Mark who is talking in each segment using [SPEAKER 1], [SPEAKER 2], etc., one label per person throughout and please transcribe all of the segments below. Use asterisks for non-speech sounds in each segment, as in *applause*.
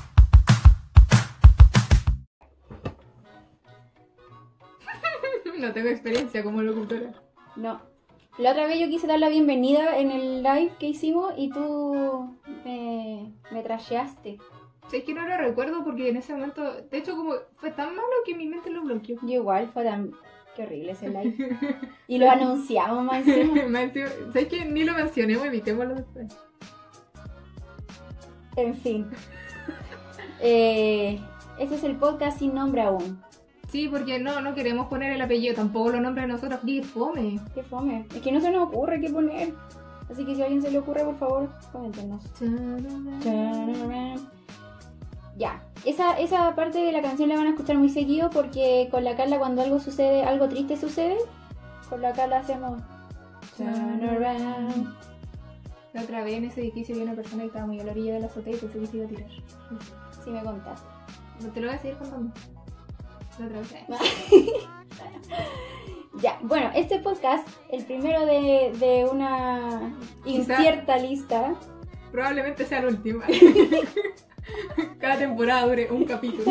[SPEAKER 1] *laughs* No tengo experiencia como locutora.
[SPEAKER 2] No. La otra vez yo quise dar la bienvenida en el live que hicimos y tú me, me trasheaste.
[SPEAKER 1] O sea, es que no lo recuerdo porque en ese momento, de hecho, como fue tan malo que mi mente lo *laughs* bloqueó.
[SPEAKER 2] Yo igual, fue tan... Qué horrible ese live. Y lo anunciamos más encima.
[SPEAKER 1] Matthew, ¿Sabes que ni lo mencioné? Evitémoslo después.
[SPEAKER 2] En fin. Eh, ese es el podcast sin nombre aún.
[SPEAKER 1] Sí, porque no, no queremos poner el apellido, tampoco los nombres de nosotros. ¡Qué fome!
[SPEAKER 2] Qué fome. Es que no se nos ocurre qué poner. Así que si a alguien se le ocurre, por favor, coméntenos. Ya. Esa, esa parte de la canción la van a escuchar muy seguido porque con la Carla cuando algo sucede, algo triste sucede, con la Carla hacemos... Turn around.
[SPEAKER 1] La otra vez en ese edificio había una persona que estaba muy a la orilla de la azotea y pensé que se iba a tirar.
[SPEAKER 2] Si me contaste.
[SPEAKER 1] No te lo voy a seguir contando. La otra vez.
[SPEAKER 2] Ya, bueno, este podcast, el primero de, de una
[SPEAKER 1] Quizá-
[SPEAKER 2] incierta lista,
[SPEAKER 1] Probablemente sea la *laughs* última. Cada temporada dure un capítulo.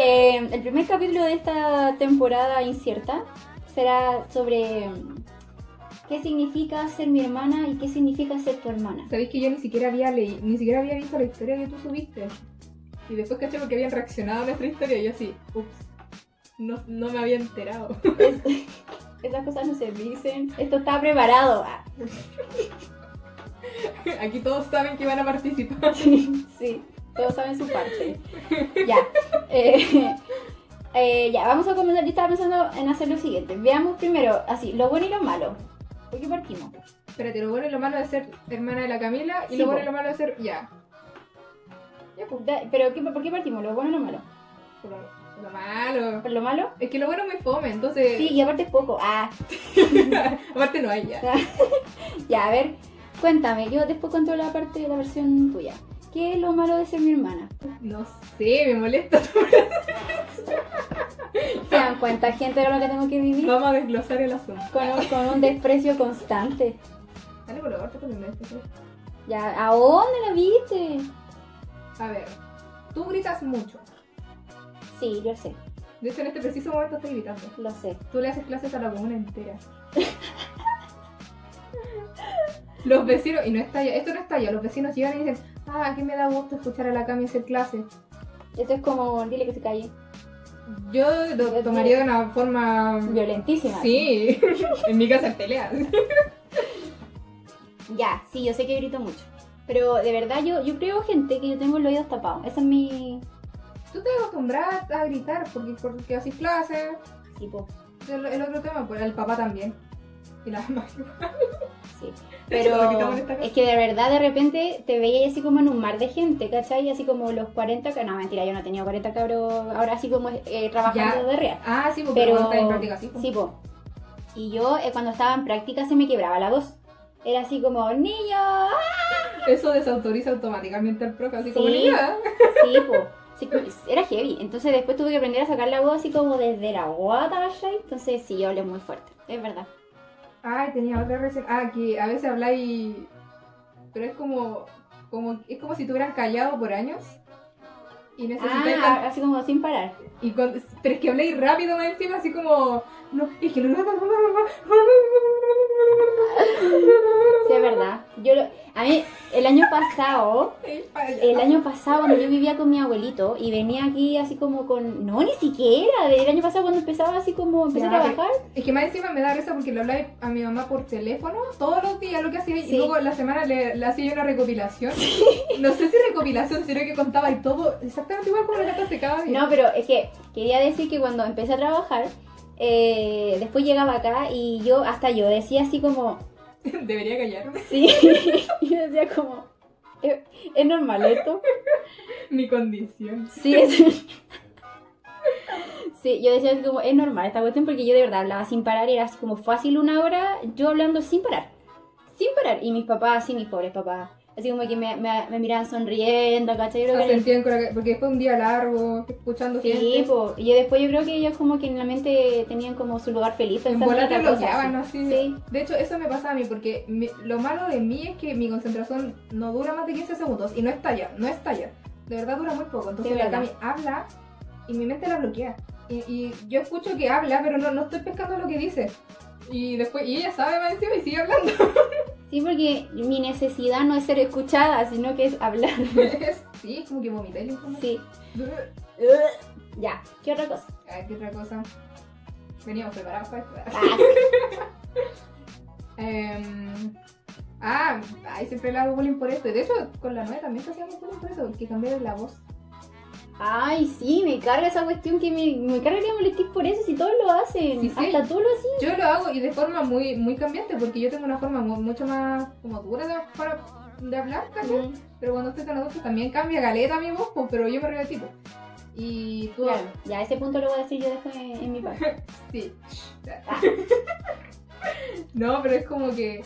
[SPEAKER 2] eh, el primer capítulo de esta temporada incierta será sobre mm, qué significa ser mi hermana y qué significa ser tu hermana.
[SPEAKER 1] Sabéis que yo ni siquiera había leído, ni siquiera había visto la historia que tú subiste. Y después caché porque habían reaccionado a nuestra historia y yo así, ups, no, no me había enterado. *laughs*
[SPEAKER 2] Es- esas cosas no se dicen, esto está preparado. ah.
[SPEAKER 1] Aquí todos saben que van a participar. *laughs*
[SPEAKER 2] sí, todos saben su parte. Ya. eh, eh, ya, vamos a comenzar. Yo estaba pensando en hacer lo siguiente. Veamos primero, así, lo bueno y lo malo. ¿Por qué partimos?
[SPEAKER 1] Espérate, lo bueno y lo malo de ser hermana de la Camila y
[SPEAKER 2] Sí,
[SPEAKER 1] lo bueno
[SPEAKER 2] po.
[SPEAKER 1] y lo malo de ser. Ya. Ya, pues,
[SPEAKER 2] Da- ¿Pero qué, por qué partimos? ¿Lo bueno y lo malo?
[SPEAKER 1] por lo, por lo malo.
[SPEAKER 2] ¿Por lo malo?
[SPEAKER 1] Es que lo bueno me fome, entonces.
[SPEAKER 2] Sí, y aparte es poco. Ah,
[SPEAKER 1] Aparte no hay ya.
[SPEAKER 2] ya, a ver, cuéntame. Yo después controlo la parte de la versión tuya. ¿Qué es lo malo de ser mi hermana?
[SPEAKER 1] No sé, me molesta.
[SPEAKER 2] ¿Se dan cuenta, gente, de lo que tengo que vivir?
[SPEAKER 1] Vamos a desglosar el asunto.
[SPEAKER 2] Con un, con un desprecio constante.
[SPEAKER 1] Dale color, te ponen esto.
[SPEAKER 2] Ya, ¿a dónde la viste?
[SPEAKER 1] A ver, tú gritas mucho.
[SPEAKER 2] Sí, yo sé,
[SPEAKER 1] De hecho, en este preciso momento estoy gritando.
[SPEAKER 2] lo sé.
[SPEAKER 1] Tú le haces clases a la comuna entera. Los vecinos, y no está ya, esto no está ya, los vecinos llegan y dicen, ah, que me da gusto escuchar a la Cami hacer clases.
[SPEAKER 2] Eso es como, dile que se calle.
[SPEAKER 1] Yo lo tomaría de una forma...
[SPEAKER 2] Violentísima.
[SPEAKER 1] Mm. Sí, *laughs* en mi casa hay peleas.
[SPEAKER 2] Ya, sí, yo sé que grito mucho. Pero de verdad yo, yo creo, gente, que yo tengo el oído tapado. Esa es mi...
[SPEAKER 1] Tú te acostumbras a gritar porque, porque haces clases,
[SPEAKER 2] Sí, po,
[SPEAKER 1] el, el otro tema, pues el papá también. Y la mamá. *laughs* Eso
[SPEAKER 2] sí.
[SPEAKER 1] es lo que
[SPEAKER 2] Pero
[SPEAKER 1] estamos en esta casa.
[SPEAKER 2] es que de verdad de repente te veía así como en un mar de gente, ¿cachai? Así como los 40... ca- No, mentira, yo no tenía 40 cabros ahora así como eh, trabajando
[SPEAKER 1] Ya.
[SPEAKER 2] de real.
[SPEAKER 1] Ah, sí, porque
[SPEAKER 2] Pero...
[SPEAKER 1] cuando estás en práctica, sí. pues.
[SPEAKER 2] Sí, po. Y yo eh, cuando estaba en práctica se me quebraba la voz. Era así como, niño, ¡ah!
[SPEAKER 1] Eso desautoriza automáticamente al profe, así como
[SPEAKER 2] Sí.
[SPEAKER 1] niña.
[SPEAKER 2] Sí, po. Sí, cu- era heavy. Entonces después tuve que aprender a sacar la voz así como desde la guata, ¿cachai? Entonces sí, yo hablé muy fuerte. Es verdad.
[SPEAKER 1] Ay, tenía otra receta. Ah, que a veces habláis. Pero es como. como es como si tuvieran callado por años. Y necesitáis.
[SPEAKER 2] Ah, así como sin parar.
[SPEAKER 1] tan- y cuando- pero es que habláis rápido más encima, así como. No, es que lo.
[SPEAKER 2] Sí, es verdad. Yo lo- a mí, el año pasado, el año pasado cuando yo vivía con mi abuelito y venía aquí así como con... No, ni siquiera. El año pasado cuando empezaba así como, empecé
[SPEAKER 1] Ya,
[SPEAKER 2] a trabajar.
[SPEAKER 1] Es que más encima me da risa porque le habláis a mi mamá por teléfono todos los días lo que hacía
[SPEAKER 2] Sí.
[SPEAKER 1] y luego la semana le, le hacía yo una recopilación. No sé si recopilación, sino que contaba y todo exactamente igual como lo contaste cada día.
[SPEAKER 2] No, pero es que quería decir que cuando empecé a trabajar, eh, después llegaba acá y yo, hasta yo decía así como...
[SPEAKER 1] Debería callarme.
[SPEAKER 2] Sí, *laughs* yo decía como, ¿es, es normal esto?
[SPEAKER 1] Mi condición.
[SPEAKER 2] Sí, es... *laughs* Sí, yo decía así como, es normal esta cuestión porque yo de verdad hablaba sin parar, era así como fácil una hora yo hablando sin parar, sin parar. Y mis papás, sí, mis pobres papás, así como que me, me- me miraban sonriendo, ¿cachai? Yo creo que-
[SPEAKER 1] Asentían con la- porque después un día largo, escuchando
[SPEAKER 2] Sí, pues,
[SPEAKER 1] gente,
[SPEAKER 2] po, y yo después yo creo que ellos como que en la mente tenían como su lugar feliz
[SPEAKER 1] en
[SPEAKER 2] pensando
[SPEAKER 1] bola
[SPEAKER 2] otra
[SPEAKER 1] te
[SPEAKER 2] cosa,
[SPEAKER 1] bloqueaban, ¿no?
[SPEAKER 2] sí.
[SPEAKER 1] Así.
[SPEAKER 2] Sí,
[SPEAKER 1] De hecho, eso me pasa a mí, porque mi- lo malo de mí es que mi concentración no dura más de 15 segundos y no estalla, no estalla. De verdad dura muy poco. Entonces
[SPEAKER 2] Sí,
[SPEAKER 1] la
[SPEAKER 2] verdad.
[SPEAKER 1] Cami habla y mi mente la bloquea. Y, y yo escucho que habla, pero no, no estoy pescando lo que dice. Y después, y ella sabe más encima y sigue hablando. *laughs*
[SPEAKER 2] Sí, porque mi necesidad no es ser escuchada, sino que es hablar. *laughs*
[SPEAKER 1] sí, como que vomita y como...
[SPEAKER 2] Sí. ya, ¿qué otra cosa?
[SPEAKER 1] A ver, ¿qué otra cosa? Veníamos preparados para esto.
[SPEAKER 2] Ah,
[SPEAKER 1] *laughs* Em, ah, ay, siempre le hago bullying por esto. Y de hecho, con la nueva también te hacíamos bullying por eso, que cambiaron la voz.
[SPEAKER 2] Ay, sí, me carga esa cuestión que me, me carga que me molestéis por eso, si todos lo hacen.
[SPEAKER 1] Sí, sí.
[SPEAKER 2] Hasta tú lo haces.
[SPEAKER 1] Yo lo hago y de forma muy, muy cambiante, porque yo tengo una forma mu- mucho más como dura de, para- de hablar, ¿cachai? Pero cuando estoy con adultos también cambia galeta mi voz, pues, pero yo me río de tipo. Y tú
[SPEAKER 2] Claro, ya ese punto lo voy a decir yo después en, en mi parte.
[SPEAKER 1] Sí. *laughs* No, pero es como que.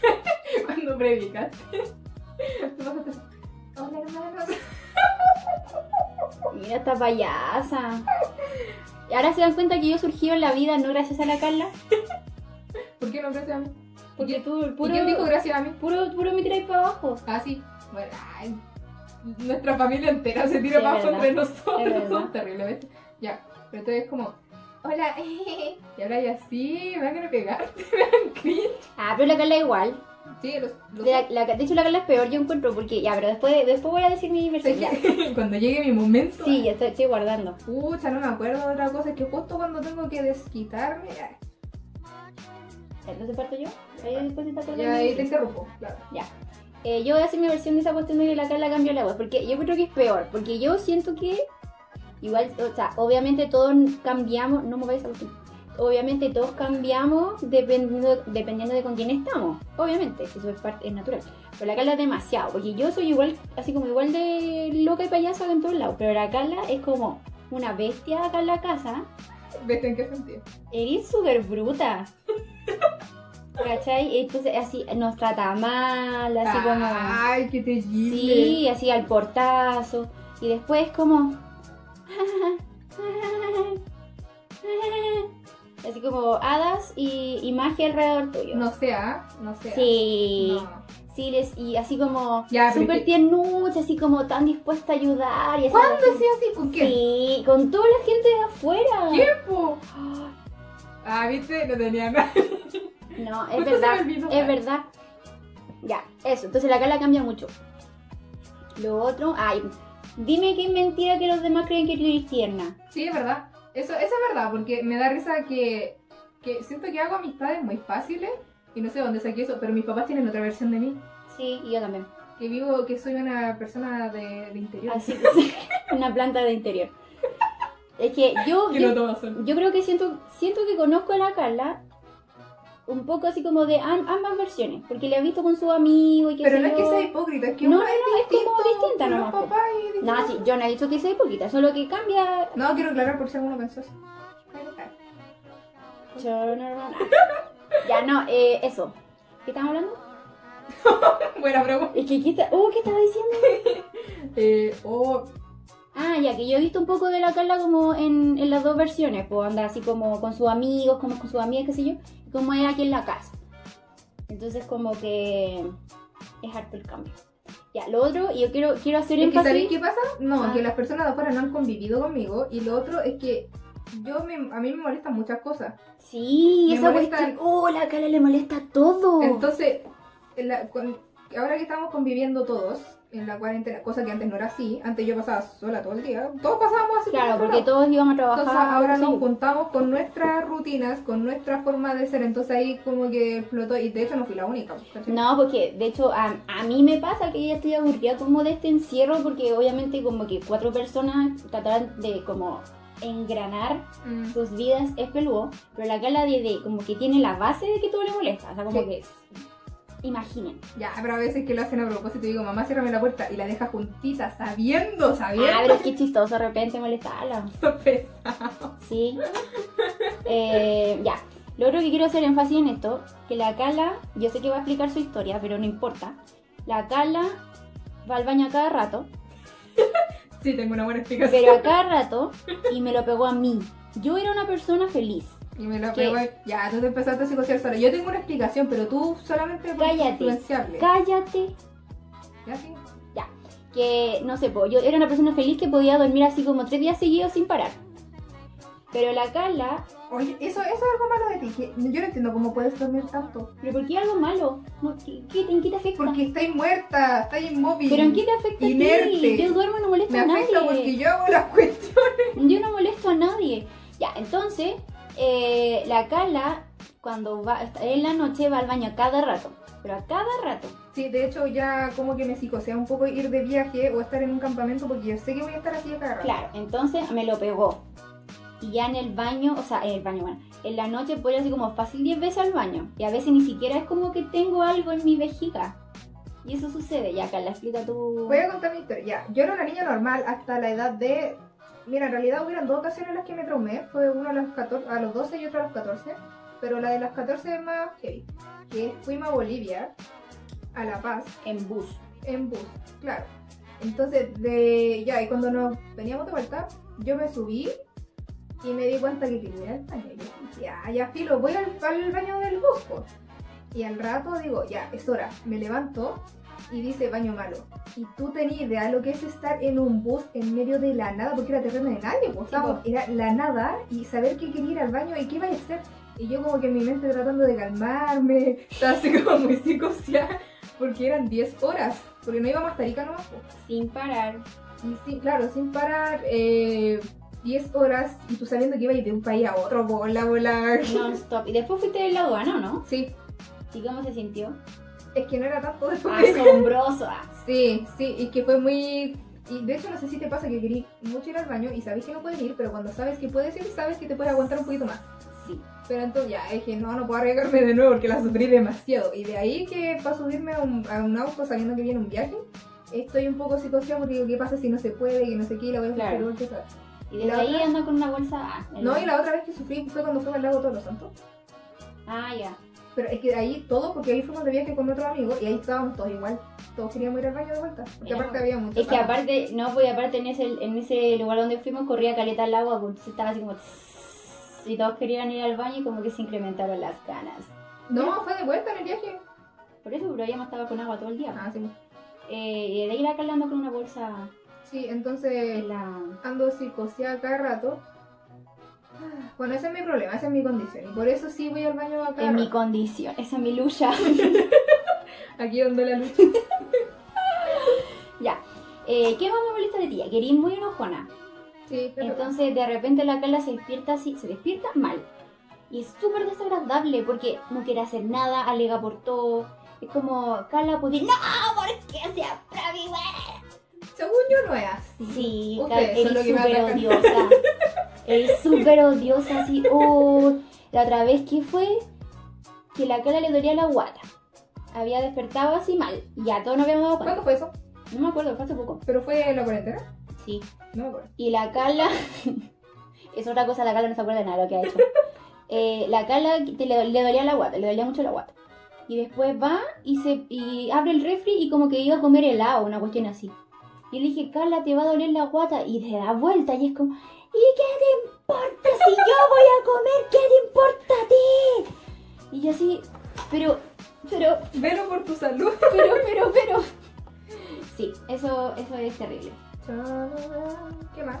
[SPEAKER 1] *laughs* cuando predicas. *laughs* Hola hermanos.
[SPEAKER 2] Mira esta payasa. ¿Y ahora se dan cuenta que yo he surgido en la vida no gracias a la Carla?
[SPEAKER 1] ¿Por qué no gracias a mí?
[SPEAKER 2] Porque tú,
[SPEAKER 1] ¿Y
[SPEAKER 2] puro,
[SPEAKER 1] quién dijo gracias a mí?
[SPEAKER 2] puro, puro me tiráis para abajo.
[SPEAKER 1] Ah, sí. Bueno, ay, nuestra familia entera se tira
[SPEAKER 2] Sí,
[SPEAKER 1] abajo
[SPEAKER 2] verdad.
[SPEAKER 1] entre
[SPEAKER 2] Es
[SPEAKER 1] nosotros. *laughs*
[SPEAKER 2] verdad.
[SPEAKER 1] Son terribles. ¿ves? Ya, pero entonces es como, hola, *laughs* y ahora ya sí, me van a querer pegarte, *laughs* me van a cringe.
[SPEAKER 2] Ah, pero la Carla igual.
[SPEAKER 1] Sí, los, los-
[SPEAKER 2] De, la- la- de hecho, la Carla es peor, yo encuentro, porque ya, pero después, después voy a decir mi
[SPEAKER 1] sé
[SPEAKER 2] versión. ya.
[SPEAKER 1] que *laughs* cuando llegue mi momento.
[SPEAKER 2] Sí, ya estoy, estoy guardando.
[SPEAKER 1] Pucha, no me acuerdo de otra cosa, es que justo cuando tengo que desquitarme, ay,
[SPEAKER 2] Entonces parto yo. Ahí después se te acuerdas
[SPEAKER 1] ya
[SPEAKER 2] de
[SPEAKER 1] ahí
[SPEAKER 2] mí.
[SPEAKER 1] te interrumpo, claro.
[SPEAKER 2] Eh, yo voy a hacer mi versión de esa cuestión de que la Carla cambió la voz, porque yo creo que es peor, porque yo siento que igual, o sea, obviamente todos cambiamos, no me vayas a cuestión. Obviamente todos cambiamos dependiendo, dependiendo de con quién estamos, obviamente, eso es, parte, es natural. Pero la Carla es demasiado, porque yo soy igual, así como igual de loca y payasa en todos lados, pero la Carla es como una bestia acá en la casa,
[SPEAKER 1] ¿Ves en qué sentido?
[SPEAKER 2] Eres súper bruta. *laughs* ¿Cachai? Entonces así nos trata mal, así como...
[SPEAKER 1] Ay, qué terrible.
[SPEAKER 2] Sí, así al portazo. Y después como... *laughs* Así como hadas y, y magia alrededor tuyo.
[SPEAKER 1] No sea, no sea.
[SPEAKER 2] sí.
[SPEAKER 1] No.
[SPEAKER 2] Sí, les- y así como
[SPEAKER 1] Ya, pero es
[SPEAKER 2] súper
[SPEAKER 1] que-
[SPEAKER 2] tiernucha, así como tan dispuesta a ayudar. Y así
[SPEAKER 1] ¿Cuándo sea así? ¿Con quién?
[SPEAKER 2] Sí, con toda la gente de afuera. *gasps*
[SPEAKER 1] tiempo. Ah, viste, no tenía *laughs* nada.
[SPEAKER 2] No, es
[SPEAKER 1] Justo se
[SPEAKER 2] verdad.
[SPEAKER 1] me olvidó.
[SPEAKER 2] Es verdad. Ya, eso. Entonces la cara cambia mucho. Lo otro, ay, dime que es mentira que los demás creen que tú eres tierna.
[SPEAKER 1] Sí, es verdad. Eso, eso es verdad, porque me da risa que, que siento que hago amistades muy fáciles y no sé dónde saqué eso, pero mis papás tienen otra versión de mí.
[SPEAKER 2] Sí, y yo también.
[SPEAKER 1] Que vivo, que soy una persona de, de interior.
[SPEAKER 2] Así que *laughs* una planta de interior. Es que yo,
[SPEAKER 1] que no
[SPEAKER 2] yo,
[SPEAKER 1] todas son.
[SPEAKER 2] yo creo que siento, siento que conozco a la Carla un poco así como de am- ambas versiones, porque la he visto con su amigo y que
[SPEAKER 1] Pero no es que sea hipócrita, es que
[SPEAKER 2] No,
[SPEAKER 1] uno es
[SPEAKER 2] no, es como
[SPEAKER 1] distinto
[SPEAKER 2] distinta
[SPEAKER 1] con los
[SPEAKER 2] nomás, po.
[SPEAKER 1] papás y distinto.
[SPEAKER 2] No, sí, yo no he dicho que sea hipócrita, solo que cambia
[SPEAKER 1] No, quiero aclarar por si alguno pensó eso. *laughs*
[SPEAKER 2] Yo no, no, no. Ya no, eh, eso. ¿Qué estamos hablando?
[SPEAKER 1] *laughs* Buena pregunta.
[SPEAKER 2] Es que, ¿qué, está- oh, ¿qué estaba diciendo?
[SPEAKER 1] Eh, oh,
[SPEAKER 2] Ah, ya que yo he visto un poco de la Carla como en, en las dos versiones, pues anda así como con sus amigos, como con sus amigas, qué sé yo, y como es aquí en la casa. Entonces como que es harto el cambio. Ya, lo otro, yo quiero, quiero hacer
[SPEAKER 1] Es que, ¿sabéis
[SPEAKER 2] énfasis.
[SPEAKER 1] qué pasa? No,
[SPEAKER 2] Ah.
[SPEAKER 1] que las personas de afuera no han convivido conmigo. Y lo otro es que yo me- a mí me molestan muchas cosas.
[SPEAKER 2] Sí,
[SPEAKER 1] Me
[SPEAKER 2] esa
[SPEAKER 1] molestan-
[SPEAKER 2] cuestión. Oh, la Carla le molesta todo.
[SPEAKER 1] Oh. Entonces, la- cuan- ahora que estamos conviviendo todos en la cuarentena, cosa que antes no era así, antes yo pasaba sola todo el día, todos pasábamos así. por
[SPEAKER 2] claro,
[SPEAKER 1] otro
[SPEAKER 2] porque
[SPEAKER 1] lado.
[SPEAKER 2] todos íbamos a trabajar.
[SPEAKER 1] entonces ahora pues,
[SPEAKER 2] sí.
[SPEAKER 1] nos juntamos con nuestras rutinas, con nuestra forma de ser, entonces ahí como que explotó y de hecho no fui la única. pues, ¿cachai?
[SPEAKER 2] No, porque de hecho a, a mí me pasa que ya estoy aburrida como de este encierro porque obviamente como que cuatro personas trataban de como engranar
[SPEAKER 1] Mm.
[SPEAKER 2] sus vidas es peludo, pero la Carla de, de como que tiene la base de que todo le molesta, o sea, como
[SPEAKER 1] Sí.
[SPEAKER 2] que imaginen.
[SPEAKER 1] Ya, pero a veces que lo hacen a propósito y digo, mamá, ciérrame la puerta y la deja juntita, sabiendo,
[SPEAKER 2] Ah,
[SPEAKER 1] sabiendo.
[SPEAKER 2] pero qué chistoso de repente molestarla.
[SPEAKER 1] pues,
[SPEAKER 2] Sí. Eh, ya. Lo otro que quiero hacer énfasis en esto, que la Carla, yo sé que va a explicar su historia, pero no importa. La Carla va al baño a cada rato.
[SPEAKER 1] *laughs* Sí, tengo una buena explicación.
[SPEAKER 2] pero a cada rato y me lo pegó a mí. Yo era una persona feliz.
[SPEAKER 1] Y me lo
[SPEAKER 2] ¿Qué?
[SPEAKER 1] pegó. Ya, tú te empezaste a psicosear sola. Yo tengo una explicación, pero tú solamente por
[SPEAKER 2] Cállate.
[SPEAKER 1] influenciable.
[SPEAKER 2] Cállate,
[SPEAKER 1] Ya, sí.
[SPEAKER 2] que no sé, po, yo era una persona feliz que podía dormir así como tres días seguidos sin parar. Pero la Carla,
[SPEAKER 1] Oye, eso, eso es algo malo de ti. que Yo no entiendo cómo puedes dormir tanto.
[SPEAKER 2] ¿pero por qué algo malo? No, ¿qué- qué- ¿En qué te afecta?
[SPEAKER 1] Porque estáis muerta, estáis inmóvil.
[SPEAKER 2] ¿Pero en qué te afecta a ti?
[SPEAKER 1] inerte.
[SPEAKER 2] Yo duermo y no molesto
[SPEAKER 1] Me
[SPEAKER 2] a nadie.
[SPEAKER 1] afecta porque yo hago las cuestiones.
[SPEAKER 2] Yo no molesto a nadie. Ya, entonces, eh, la Carla, cuando va en la noche, va al baño a cada rato. Pero a cada rato.
[SPEAKER 1] Sí, de hecho ya como que me psicosea un poco ir de viaje o estar en un campamento porque yo sé que voy a estar así a cada rato.
[SPEAKER 2] Claro, entonces me lo pegó. Y ya en el baño, o sea, en el baño, bueno, en la noche puedo ir así como fácil 10 veces al baño. Y a veces ni siquiera es como que tengo algo en mi vejiga. Y eso sucede, ya, Carla, explica tú.
[SPEAKER 1] Voy a contar mi historia. Ya, yo era una niña normal hasta la edad de... Mira, en realidad hubieron dos ocasiones en las que me traumé. Fue uno a los, 14, a los 12 y otro a los 14. Pero la de las 14 es más heavy. Que fuimos a Bolivia, a La Paz,
[SPEAKER 2] En bus.
[SPEAKER 1] en bus, claro. Entonces, de, ya, y cuando nos veníamos de vuelta, yo me subí y me di cuenta que quería ir al baño. Y yo dije, ya, ya, filo, voy al, al baño del bus, po". Y al rato digo, ya, es hora. Me levanto y dice baño malo. Y tú tenías idea lo que es estar en un bus en medio de la nada, porque era terreno de nadie, po, estábamos- era la nada y saber que quería ir al baño y qué iba a hacer. Y yo como que en mi mente tratando de calmarme, *laughs* estaba así como muy psicoseada. Porque eran 10 horas, porque no íbamos a Tarica nomás. po.
[SPEAKER 2] Sin parar.
[SPEAKER 1] Y sí, claro, sin parar, eh, 10 horas, y tú sabiendo que iba a ir de un país a otro, bola, bola.
[SPEAKER 2] Non-stop. Y después fuiste en la aduana, ¿o ¿no?
[SPEAKER 1] Sí,
[SPEAKER 2] ¿Y cómo se
[SPEAKER 1] *laughs*
[SPEAKER 2] sintió?
[SPEAKER 1] es que no era tanto de
[SPEAKER 2] Asombroso. ah.
[SPEAKER 1] Sí, sí, y que fue muy... Y de hecho no sé si te pasa que querí mucho ir al baño y sabes que no puedes ir, pero cuando sabes que puedes ir, sabes que te puedes aguantar un poquito más.
[SPEAKER 2] Sí.
[SPEAKER 1] Pero entonces ya dije, no, no puedo arriesgarme de nuevo porque la sufrí demasiado. Y de ahí que para subirme a un, a un auto sabiendo que viene un viaje, estoy un poco psicoseada porque digo, ¿qué pasa si no se puede? Que no sé qué, y la voy a sufrir
[SPEAKER 2] Claro.
[SPEAKER 1] igual que esa.
[SPEAKER 2] Y
[SPEAKER 1] ¿Y
[SPEAKER 2] desde
[SPEAKER 1] la
[SPEAKER 2] ahí
[SPEAKER 1] otra?
[SPEAKER 2] anda con una bolsa. ah, en
[SPEAKER 1] No,
[SPEAKER 2] la-
[SPEAKER 1] y la otra vez que sufrí fue cuando fue al lago Todos los Santos.
[SPEAKER 2] Ah, ya.
[SPEAKER 1] Pero es que ahí todo, porque ahí fuimos de viaje con otro amigo y ahí estábamos todos igual. Todos queríamos ir al baño de vuelta. Porque
[SPEAKER 2] Mira,
[SPEAKER 1] aparte había mucho.
[SPEAKER 2] Es que aparte, no, pues aparte en ese, en ese lugar donde fuimos corría caleta al agua, pues, entonces estaba así como... tss, Y todos querían ir al baño y como que se incrementaron las ganas.
[SPEAKER 1] No, fue de vuelta en el viaje.
[SPEAKER 2] Por eso, pero habíamos estado con agua todo el día.
[SPEAKER 1] Ah, sí.
[SPEAKER 2] Eh, y de ir acá andando con una bolsa
[SPEAKER 1] Sí, entonces
[SPEAKER 2] en la...
[SPEAKER 1] ando psicoseada cada rato. Ah, Bueno, ese es mi problema, esa es mi condición. Y por eso sí voy al baño a cada
[SPEAKER 2] En mi
[SPEAKER 1] rato.
[SPEAKER 2] condición, esa es mi lucha.
[SPEAKER 1] Aquí donde la luz.
[SPEAKER 2] ya. Eh, ¿Qué más me molesta de ti? Que eres muy enojona.
[SPEAKER 1] Sí, pero
[SPEAKER 2] Entonces de repente la Carla se despierta así, se despierta mal. Y es súper desagradable porque no quiere hacer nada, alega por todo. Es como, Carla puede ir, no, porque se atravió.
[SPEAKER 1] según yo no es así.
[SPEAKER 2] Sí,
[SPEAKER 1] Ustedes
[SPEAKER 2] Carla,
[SPEAKER 1] son lo que
[SPEAKER 2] eres
[SPEAKER 1] me
[SPEAKER 2] súper
[SPEAKER 1] atacan. *laughs*
[SPEAKER 2] odiosa. eres súper odiosa, así. Oh, la otra vez que fue, que la Carla le dolía la guata. Había despertado así mal. Y ya todos nos habíamos dado
[SPEAKER 1] ¿Cuándo
[SPEAKER 2] cuenta.
[SPEAKER 1] fue eso?
[SPEAKER 2] No me acuerdo, fue hace poco.
[SPEAKER 1] ¿Pero fue en la cuarentena?
[SPEAKER 2] Sí.
[SPEAKER 1] No me acuerdo.
[SPEAKER 2] Y la Carla, *laughs* es otra cosa, la Carla no se acuerda de nada de lo que ha hecho. Eh, la Carla te- le, le dolía la guata, le dolía mucho la guata. Y después va y se y abre el refri y como que iba a comer helado, una cuestión así. Y le dije, Carla, te va a doler la guata. Y te da vuelta y es como, ¿y qué te importa si yo voy a comer? ¿Qué te importa a ti? Y yo así, pero, pero,
[SPEAKER 1] Velo por tu salud.
[SPEAKER 2] pero, pero, pero. *laughs* Sí, eso, eso es terrible.
[SPEAKER 1] ¿Qué más?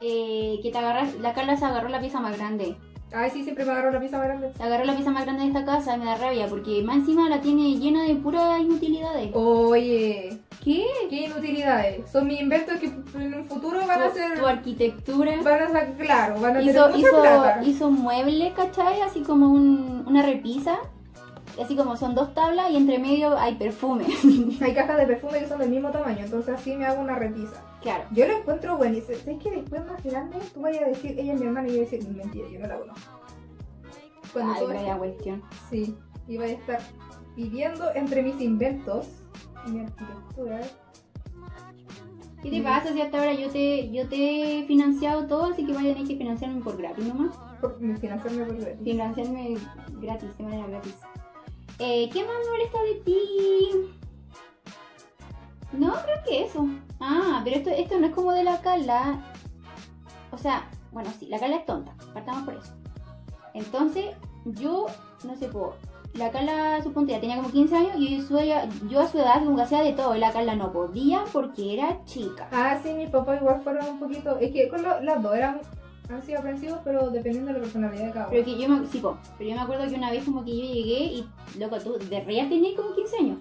[SPEAKER 2] Eh, que te agarras, la Carla se agarró la pieza más grande.
[SPEAKER 1] Ay, sí, siempre me agarró la pieza más grande.
[SPEAKER 2] Se agarró la pieza más grande de esta casa y me da rabia porque más encima la tiene llena de puras inutilidades.
[SPEAKER 1] Oye,
[SPEAKER 2] ¿Qué?
[SPEAKER 1] qué inutilidades. Son mis inventos que en un futuro van a
[SPEAKER 2] Tu,
[SPEAKER 1] ser.
[SPEAKER 2] tu arquitectura.
[SPEAKER 1] Van a ser, claro, van a tener
[SPEAKER 2] Hizo,
[SPEAKER 1] mucha
[SPEAKER 2] hizo,
[SPEAKER 1] plata. *laughs*
[SPEAKER 2] hizo un mueble, ¿cachai? Así como un- una repisa. Así como son dos tablas y entre medio hay perfume. *laughs*
[SPEAKER 1] Hay cajas de perfume que son del mismo tamaño, entonces así me hago una repisa.
[SPEAKER 2] claro.
[SPEAKER 1] Yo lo encuentro buenísimo. Es que después más grande tú vayas a decir, ella es mi hermana, y yo voy a decir, mentira, yo no la conozco. Cuando
[SPEAKER 2] Ay,
[SPEAKER 1] tú
[SPEAKER 2] vaya cuestión.
[SPEAKER 1] Sí, y voy a estar viviendo entre mis inventos y mi arquitectura.
[SPEAKER 2] ¿Qué te pasa si hasta ahora yo te, yo te he financiado todo, así que vaya a tener que financiarme por gratis nomás?
[SPEAKER 1] Por mi financiarme por gratis.
[SPEAKER 2] Financiarme gratis, de manera gratis. Eh, ¿Qué más me molesta de ti? No, creo que eso. Ah, pero esto, esto no es como de la Carla. O sea, bueno, sí, la Carla es tonta. Partamos por eso. Entonces, yo, no sé, puedo. La Carla, suponte, ya tenía como 15 años y yo, soy- yo a su edad como que hacía de todo. Y la Carla no podía porque era chica.
[SPEAKER 1] Ah, sí, mi papá igual fueron un poquito. Es que con lo- las dos eran han sido aprensivos, pero dependiendo de la personalidad de cada uno.
[SPEAKER 2] Pero que yo me, sí, po, pero yo me acuerdo que una vez como que yo llegué y, loco, tú deberías tener como 15 años.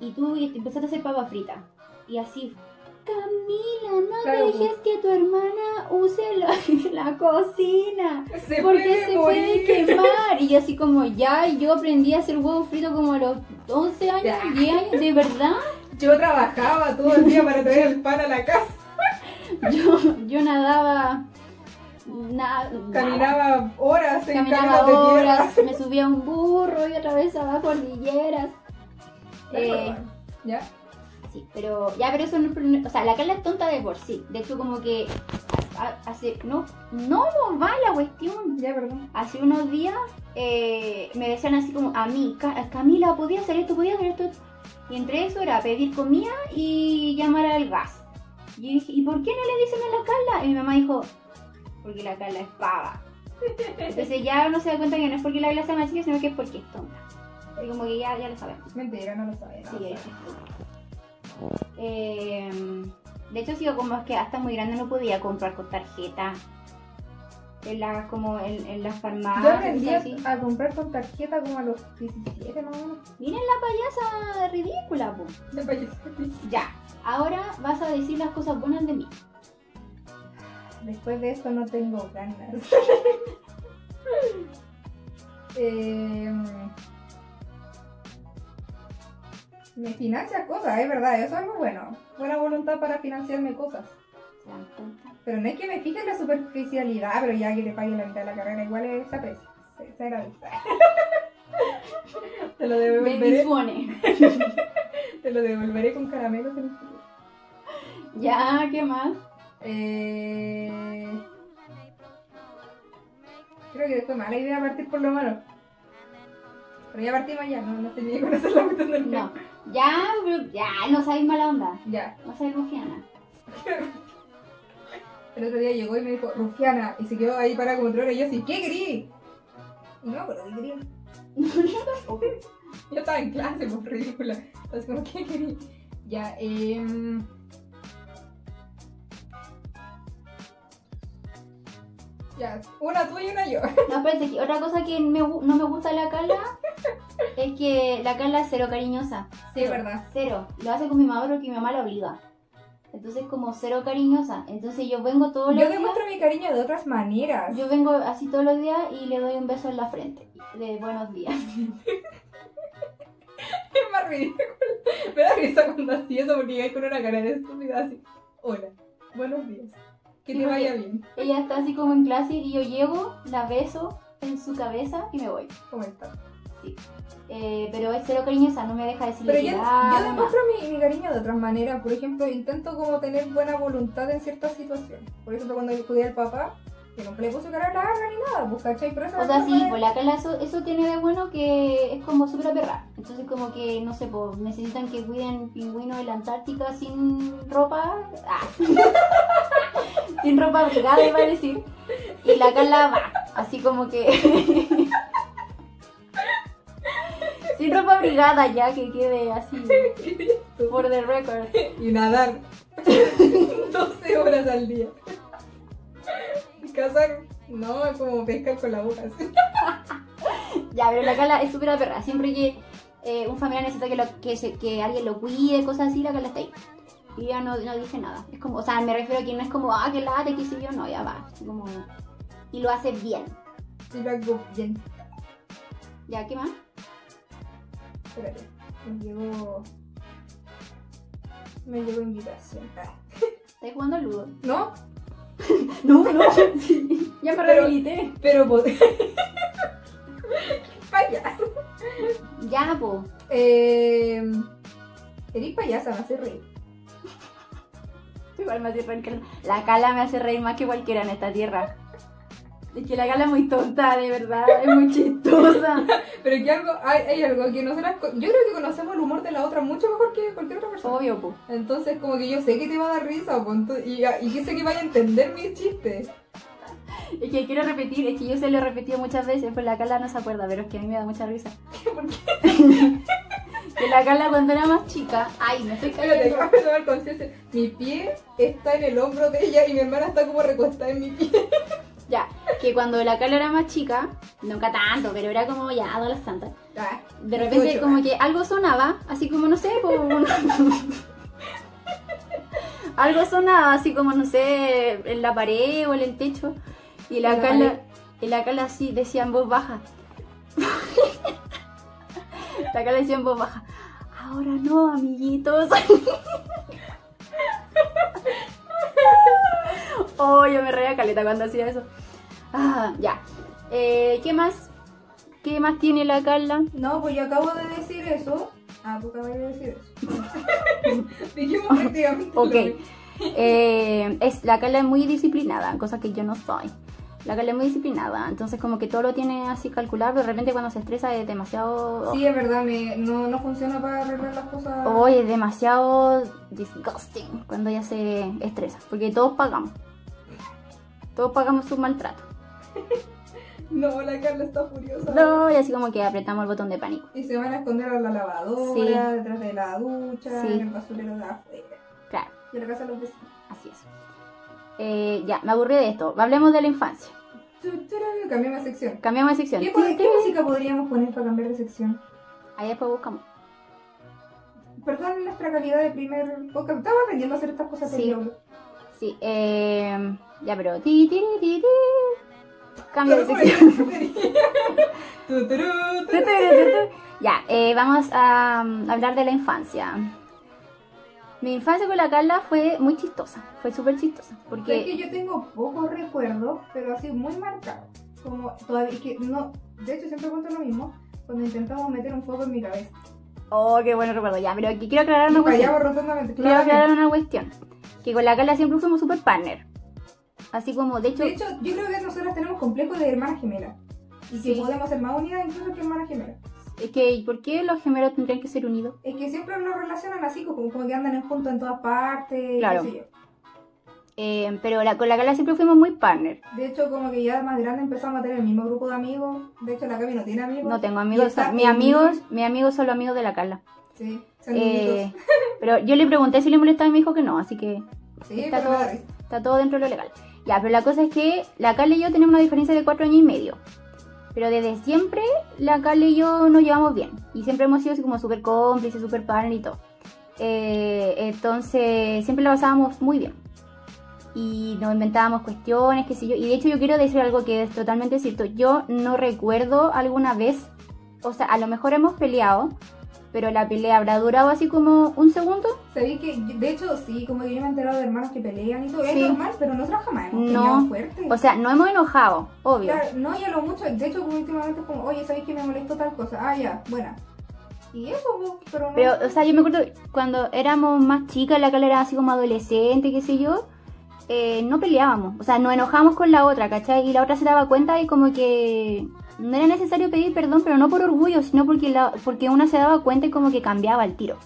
[SPEAKER 2] Y tú empezaste a hacer papas fritas. Y así, Camila, no
[SPEAKER 1] Claro,
[SPEAKER 2] dejes que tu hermana use *laughs* la, la cocina.
[SPEAKER 1] Se
[SPEAKER 2] porque
[SPEAKER 1] puede
[SPEAKER 2] se
[SPEAKER 1] morir. *laughs*
[SPEAKER 2] puede quemar. Y yo así como, ya, y yo aprendí a hacer huevo frito como a los 11 años,
[SPEAKER 1] Ya.
[SPEAKER 2] 10 años, de verdad. *laughs*
[SPEAKER 1] Yo trabajaba todo el día para traer el pan a la casa.
[SPEAKER 2] Yo, yo nadaba... na- nada.
[SPEAKER 1] Caminaba horas en
[SPEAKER 2] Caminaba
[SPEAKER 1] camas de tierra.
[SPEAKER 2] horas, me subía a un burro y otra vez abajo cordilleras. Eh,
[SPEAKER 1] ¿Ya?
[SPEAKER 2] sí, pero ya, pero eso no, o sea, la Carla es tonta de por sí. De hecho, como que ha- hace, no, no nos va la cuestión.
[SPEAKER 1] Ya, perdón.
[SPEAKER 2] Hace unos días eh, me decían así como a mí, "Ca- Camila, podía hacer esto, podía hacer esto. Y entre eso era pedir comida y llamar al gas. Y yo dije, ¿y por qué no le dicen a la Carla? Y mi mamá dijo, porque la Carla es pava. Entonces ya uno se da cuenta que no es porque la Carla sea más chica, sino que es porque es tonta. Y como que ya, ya lo sabemos.
[SPEAKER 1] Mentira, no lo sabía. no
[SPEAKER 2] Sí,
[SPEAKER 1] lo
[SPEAKER 2] ahí
[SPEAKER 1] sabía.
[SPEAKER 2] está. Em, de hecho, sigo como es que hasta muy grande no podía comprar con tarjeta. En las como en, en las farmacias.
[SPEAKER 1] Yo aprendí
[SPEAKER 2] así.
[SPEAKER 1] a, a comprar con tarjeta como a los 17, ¿no?
[SPEAKER 2] Miren la payasa ridícula, po.
[SPEAKER 1] De país.
[SPEAKER 2] pues, Ya. Ahora vas a decir las cosas buenas de mí.
[SPEAKER 1] Después de esto no tengo ganas. *laughs* Eh, me financia cosas, es verdad, eso es algo bueno. Buena voluntad para financiarme cosas.
[SPEAKER 2] ¿Se dan cuenta?
[SPEAKER 1] Pero no es que me fije en la superficialidad, pero ya que te pague la mitad de la carrera, igual es aprecio. Se, se agradece. *laughs* te, lo devolveré,
[SPEAKER 2] Bendiciones.
[SPEAKER 1] te lo devolveré con caramelos en el futuro.
[SPEAKER 2] Ya, ¿qué más?
[SPEAKER 1] Eh, Creo que fue mala idea partir por lo malo. Pero ya partimos ya, no, no tenía que conocer *laughs* la cuestión del
[SPEAKER 2] No. Ya, pero- ya, no sabéis mala onda.
[SPEAKER 1] Ya.
[SPEAKER 2] No sabéis rufiana. *laughs*
[SPEAKER 1] El otro día llegó y me dijo, Rufiana, y se quedó ahí para como tres horas y yo así, ¿qué querí? Y no, pero ¿qué querí? Yo estaba en clase, por ridícula. Entonces, como, ¿qué querí? Ya, eh... Ya, una tú y una yo.
[SPEAKER 2] No, parece que otra cosa que me gu- no me gusta de la Carla es que la Carla es cero cariñosa.
[SPEAKER 1] Sí, es verdad.
[SPEAKER 2] Cero. Lo hace con mi mamá porque mi mamá la obliga. Entonces como cero cariñosa. Entonces yo vengo todos los
[SPEAKER 1] Yo
[SPEAKER 2] días.
[SPEAKER 1] demuestro mi cariño de otras maneras.
[SPEAKER 2] Yo vengo así todos los días y le doy un beso en la frente. De buenos
[SPEAKER 1] *laughs*
[SPEAKER 2] días. *laughs*
[SPEAKER 1] Es más ridículo. Me da risa cuando así eso porque llegáis con una cara de estúpida así. Hola, buenos días. Que
[SPEAKER 2] Sí,
[SPEAKER 1] te
[SPEAKER 2] porque-
[SPEAKER 1] vaya bien.
[SPEAKER 2] Ella está así como en clase y yo llego, la beso en su cabeza y me voy.
[SPEAKER 1] ¿Cómo estás?
[SPEAKER 2] Eh, pero es cero cariñosa, no me deja decirle
[SPEAKER 1] Pero yo,
[SPEAKER 2] nada,
[SPEAKER 1] yo
[SPEAKER 2] nada.
[SPEAKER 1] demuestro mi, mi cariño de otras maneras. Por ejemplo, intento como tener buena voluntad en ciertas situaciones. Por ejemplo, cuando yo cuidé al papá, que nunca le puse cara larga ni nada, pues cachai, pero eso
[SPEAKER 2] O
[SPEAKER 1] no
[SPEAKER 2] sea,
[SPEAKER 1] es
[SPEAKER 2] sí,
[SPEAKER 1] normal.
[SPEAKER 2] pues la Carla eso, eso tiene de bueno que es como súper perra. Entonces, como que, no sé, pues necesitan que cuiden pingüinos en la Antártica sin ropa. Ah. *laughs* sin ropa abrigada, iba a decir. Y la Carla va, así como que. *laughs* sin ropa abrigada ya, que quede así. Por the record.
[SPEAKER 1] Y nadar *laughs* 12 horas al día. *laughs* Cazar, no, es como pescar con la boca. así.
[SPEAKER 2] Ya, pero la Carla es súper perra. Siempre que eh, un familiar necesita que, lo- que, se- que alguien lo cuide, cosas así, la Carla está ahí. Y ella no, no dice nada. Es como, o sea, me refiero a que no es como, ah, que late, que sé yo, no, ya va. Así como, y lo hace bien.
[SPEAKER 1] Y lo hago bien.
[SPEAKER 2] ¿Ya qué más?
[SPEAKER 1] Espérate, me llegó. Me llegó invitación. Ah.
[SPEAKER 2] ¿Estáis jugando al ludo?
[SPEAKER 1] ¿No?
[SPEAKER 2] *laughs* No, no. *laughs* ya me
[SPEAKER 1] Pero-
[SPEAKER 2] rehabilité.
[SPEAKER 1] Pero pod- *laughs* Payaso.
[SPEAKER 2] Ya, po.
[SPEAKER 1] Eh. Eres payasa, me hace reír.
[SPEAKER 2] Igual me hace reír. que- La Carla me hace reír más que cualquiera en esta tierra. Es que la Carla es muy tonta, de verdad. Es muy chistosa.
[SPEAKER 1] Pero que algo, hay, hay algo que nosotras. co- Yo creo que conocemos el humor de la otra mucho mejor que cualquier otra persona.
[SPEAKER 2] *laughs* Obvio, po.
[SPEAKER 1] Entonces, como que yo sé que te va a dar risa, po, ento- y, ah, y que sé que vaya a entender mis chistes.
[SPEAKER 2] Es que quiero repetir, es que yo se lo he repetido muchas veces, pues la Carla no se acuerda, pero es que a mí me da mucha risa.
[SPEAKER 1] ¿Por qué?
[SPEAKER 2] *laughs* Que la Carla cuando era más chica, ay, me estoy
[SPEAKER 1] Espérate,
[SPEAKER 2] cayendo.
[SPEAKER 1] acabo de tomar conciencia. Mi pie *laughs* está en el hombro de ella y mi hermana está como recostada en mi pie.
[SPEAKER 2] Ya, que cuando la Carla era más chica, nunca tanto, pero era como ya a las santas.
[SPEAKER 1] Ah,
[SPEAKER 2] De repente
[SPEAKER 1] Mucho,
[SPEAKER 2] como que algo sonaba, así como no sé, como un- *laughs* algo sonaba, así como no sé, en la pared o en el techo. Y la
[SPEAKER 1] En la
[SPEAKER 2] Carla,
[SPEAKER 1] pared.
[SPEAKER 2] y la Carla así decía en voz baja. *laughs* la Carla decía en voz baja. Ahora no, amiguitos. *laughs* oh, yo me reía caleta cuando hacía eso. Ah, ya. Eh, ¿Qué más? ¿Qué más tiene la Carla?
[SPEAKER 1] No, pues yo acabo de decir eso. Ah, tú acabas de decir
[SPEAKER 2] *laughs*
[SPEAKER 1] eso. Dijimos prácticamente. lo
[SPEAKER 2] Ok.
[SPEAKER 1] mismo.
[SPEAKER 2] Eh, es, la Carla es muy disciplinada, cosa que yo no soy. La Carla es muy disciplinada, entonces como que todo lo tiene así calculado, de repente cuando se estresa es demasiado...
[SPEAKER 1] Sí, es verdad, me, no, no funciona para arreglar las cosas.
[SPEAKER 2] Hoy es demasiado disgusting cuando ella se estresa, porque todos pagamos. Todos pagamos su maltrato.
[SPEAKER 1] No, la Carla está furiosa.
[SPEAKER 2] No, y así como que apretamos el botón de pánico.
[SPEAKER 1] Y se van a esconder a la lavadora,
[SPEAKER 2] Sí.
[SPEAKER 1] detrás de la ducha,
[SPEAKER 2] Sí.
[SPEAKER 1] en el basurero de afuera.
[SPEAKER 2] Claro,
[SPEAKER 1] Y en la casa de los vecinos.
[SPEAKER 2] así es. Eh, ya, me aburrí de esto. Hablemos de la infancia.
[SPEAKER 1] Chu, churara, Cambiamos de sección.
[SPEAKER 2] Cambiamos de sección.
[SPEAKER 1] ¿Qué, po- qué música podríamos poner para cambiar de sección?
[SPEAKER 2] Ahí después buscamos.
[SPEAKER 1] Perdón nuestra calidad de primer podcast. Estaba aprendiendo a hacer estas cosas
[SPEAKER 2] Sí.
[SPEAKER 1] pero-
[SPEAKER 2] Sí, eh, ya, pero. Ti, ti, ti, ti, ti. Cambio de
[SPEAKER 1] Pero por
[SPEAKER 2] sección.
[SPEAKER 1] *laughs*
[SPEAKER 2] *laughs*
[SPEAKER 1] Tu, tu, ru, tu.
[SPEAKER 2] ya, eh, vamos a mm, hablar de la infancia. Mi infancia con la Carla fue muy chistosa, fue súper chistosa.
[SPEAKER 1] Sé que
[SPEAKER 2] Porque
[SPEAKER 1] yo tengo pocos recuerdos, pero así muy marcados. Como todavía es que no. De hecho, siempre cuento lo mismo cuando intentamos meter un fuego en mi cabeza.
[SPEAKER 2] Oh, qué bueno recuerdo, ya, pero aquí quiero aclarar una
[SPEAKER 1] Y
[SPEAKER 2] cuestión.
[SPEAKER 1] fallaba rotundamente.
[SPEAKER 2] Quiero
[SPEAKER 1] claramente.
[SPEAKER 2] aclarar una cuestión. Que con la Carla siempre fuimos súper partner. Así como, de hecho,
[SPEAKER 1] De hecho, yo creo que nosotras tenemos complejo de hermanas gemelas. Y
[SPEAKER 2] Sí.
[SPEAKER 1] que podemos ser más unidas incluso que hermanas gemelas.
[SPEAKER 2] es que, ¿por qué los gemelos tendrían que ser unidos?
[SPEAKER 1] Es que siempre nos relacionan así, como, como que andan en juntos en todas partes. y qué
[SPEAKER 2] Claro.
[SPEAKER 1] sé yo.
[SPEAKER 2] Eh, pero la, con la Carla siempre fuimos muy partner.
[SPEAKER 1] De hecho, como que ya más grande empezamos a tener el mismo grupo de amigos. De hecho, la Cami no tiene amigos.
[SPEAKER 2] No tengo
[SPEAKER 1] Y
[SPEAKER 2] amigos,
[SPEAKER 1] está
[SPEAKER 2] son- mis
[SPEAKER 1] en-
[SPEAKER 2] amigos, mis amigos son los amigos de la Carla.
[SPEAKER 1] Sí, son
[SPEAKER 2] Eh,
[SPEAKER 1] niñitos.
[SPEAKER 2] pero yo le pregunté si le molestaba y me dijo que no, así que
[SPEAKER 1] Sí,
[SPEAKER 2] está
[SPEAKER 1] pero
[SPEAKER 2] todo-
[SPEAKER 1] me da risa.
[SPEAKER 2] está todo dentro de lo legal. Ya, pero la cosa es que la Carla y yo tenemos una diferencia de cuatro años y medio. Pero desde siempre la Carla y yo nos llevamos bien. Y siempre hemos sido así como súper cómplices, súper partner y todo. Eh, entonces siempre la pasábamos muy bien. Y nos inventábamos cuestiones, qué sé yo. Y de hecho yo quiero decir algo que es totalmente cierto. Yo no recuerdo alguna vez, o sea, a lo mejor hemos peleado, pero la pelea habrá durado así como un segundo.
[SPEAKER 1] Sabí que, yo- de hecho, sí, como que yo me he enterado de hermanos que pelean y todo.
[SPEAKER 2] Sí.
[SPEAKER 1] Es normal, pero nosotros jamás hemos
[SPEAKER 2] No. Pues,
[SPEAKER 1] peleado fuerte.
[SPEAKER 2] O sea, no hemos enojado, obvio.
[SPEAKER 1] Claro, no, y a lo mucho, de hecho, como últimamente es como, oye, ¿sabéis que me molestó tal cosa? Ah, ya, buena. Y eso, po, pero no.
[SPEAKER 2] Pero, o sea, yo me acuerdo cuando éramos más chicas, la Carla era así como adolescente, qué sé yo, eh, no peleábamos. O sea, nos enojábamos con la otra, ¿cachai? Y la otra se daba cuenta y como que no era necesario pedir perdón, pero no por orgullo, sino porque, la, porque una se daba cuenta y como que cambiaba el tiro.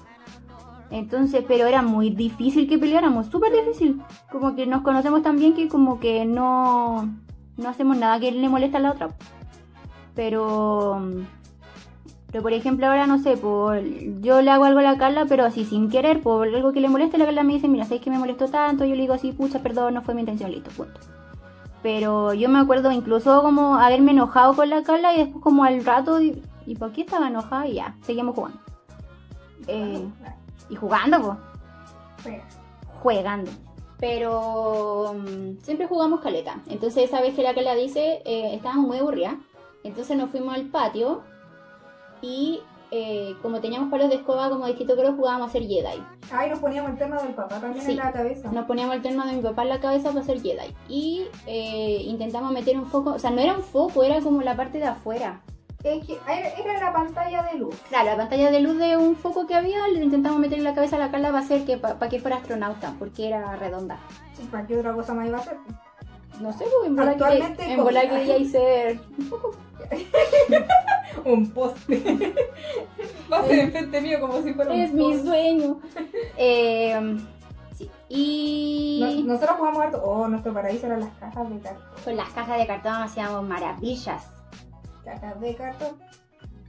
[SPEAKER 2] Entonces, pero era muy difícil que peleáramos, súper difícil. Como que nos conocemos tan bien que como que no, no hacemos nada que le molesta a la otra. Pero... Pero por ejemplo ahora no sé, por, yo le hago algo a la Carla, pero así sin querer, por algo que le moleste, la Carla me dice, mira, ¿sabes que me molestó tanto? Yo le digo así, pucha, perdón, no fue mi intención, listo, punto. Pero yo me acuerdo incluso como haberme enojado con la Carla y después como al rato, ¿y, ¿y por qué estaba enojada? Y ya, seguimos jugando. Eh,
[SPEAKER 1] Ah,
[SPEAKER 2] y jugando, pues
[SPEAKER 1] pega.
[SPEAKER 2] jugando. Pero mm, siempre jugamos caleta. Entonces esa vez que la que la dice, eh, estábamos muy aburridas. Entonces nos fuimos al patio y eh, como teníamos palos de escoba como distinto creo jugábamos a ser Jedi.
[SPEAKER 1] Ay, nos poníamos el tema del papá también
[SPEAKER 2] Sí.
[SPEAKER 1] en la cabeza.
[SPEAKER 2] Nos poníamos el termo de mi papá en la cabeza para ser Jedi. Y eh, intentamos meter un foco, o sea, no era un foco, era como la parte de afuera.
[SPEAKER 1] Es que era, era la pantalla de luz.
[SPEAKER 2] Claro, la pantalla de luz de un foco que había, le intentamos meter en la cabeza a la Carla para hacer que, para que fuera astronauta, porque era redonda.
[SPEAKER 1] Sí, ¿Para qué otra cosa más iba a hacer?
[SPEAKER 2] No sé, pues en bola
[SPEAKER 1] Actualmente
[SPEAKER 2] que, en
[SPEAKER 1] con-
[SPEAKER 2] bola quería ir ser
[SPEAKER 1] Un poste. *laughs* Pase enfrente mío como si fuera
[SPEAKER 2] Es
[SPEAKER 1] un
[SPEAKER 2] mi
[SPEAKER 1] poste.
[SPEAKER 2] sueño. *laughs* Eh, sí. Y
[SPEAKER 1] No- nosotros jugamos harto. Oh, nuestro paraíso eran las cajas de cartón.
[SPEAKER 2] con las cajas de cartón hacíamos maravillas.
[SPEAKER 1] Cajas de cartón.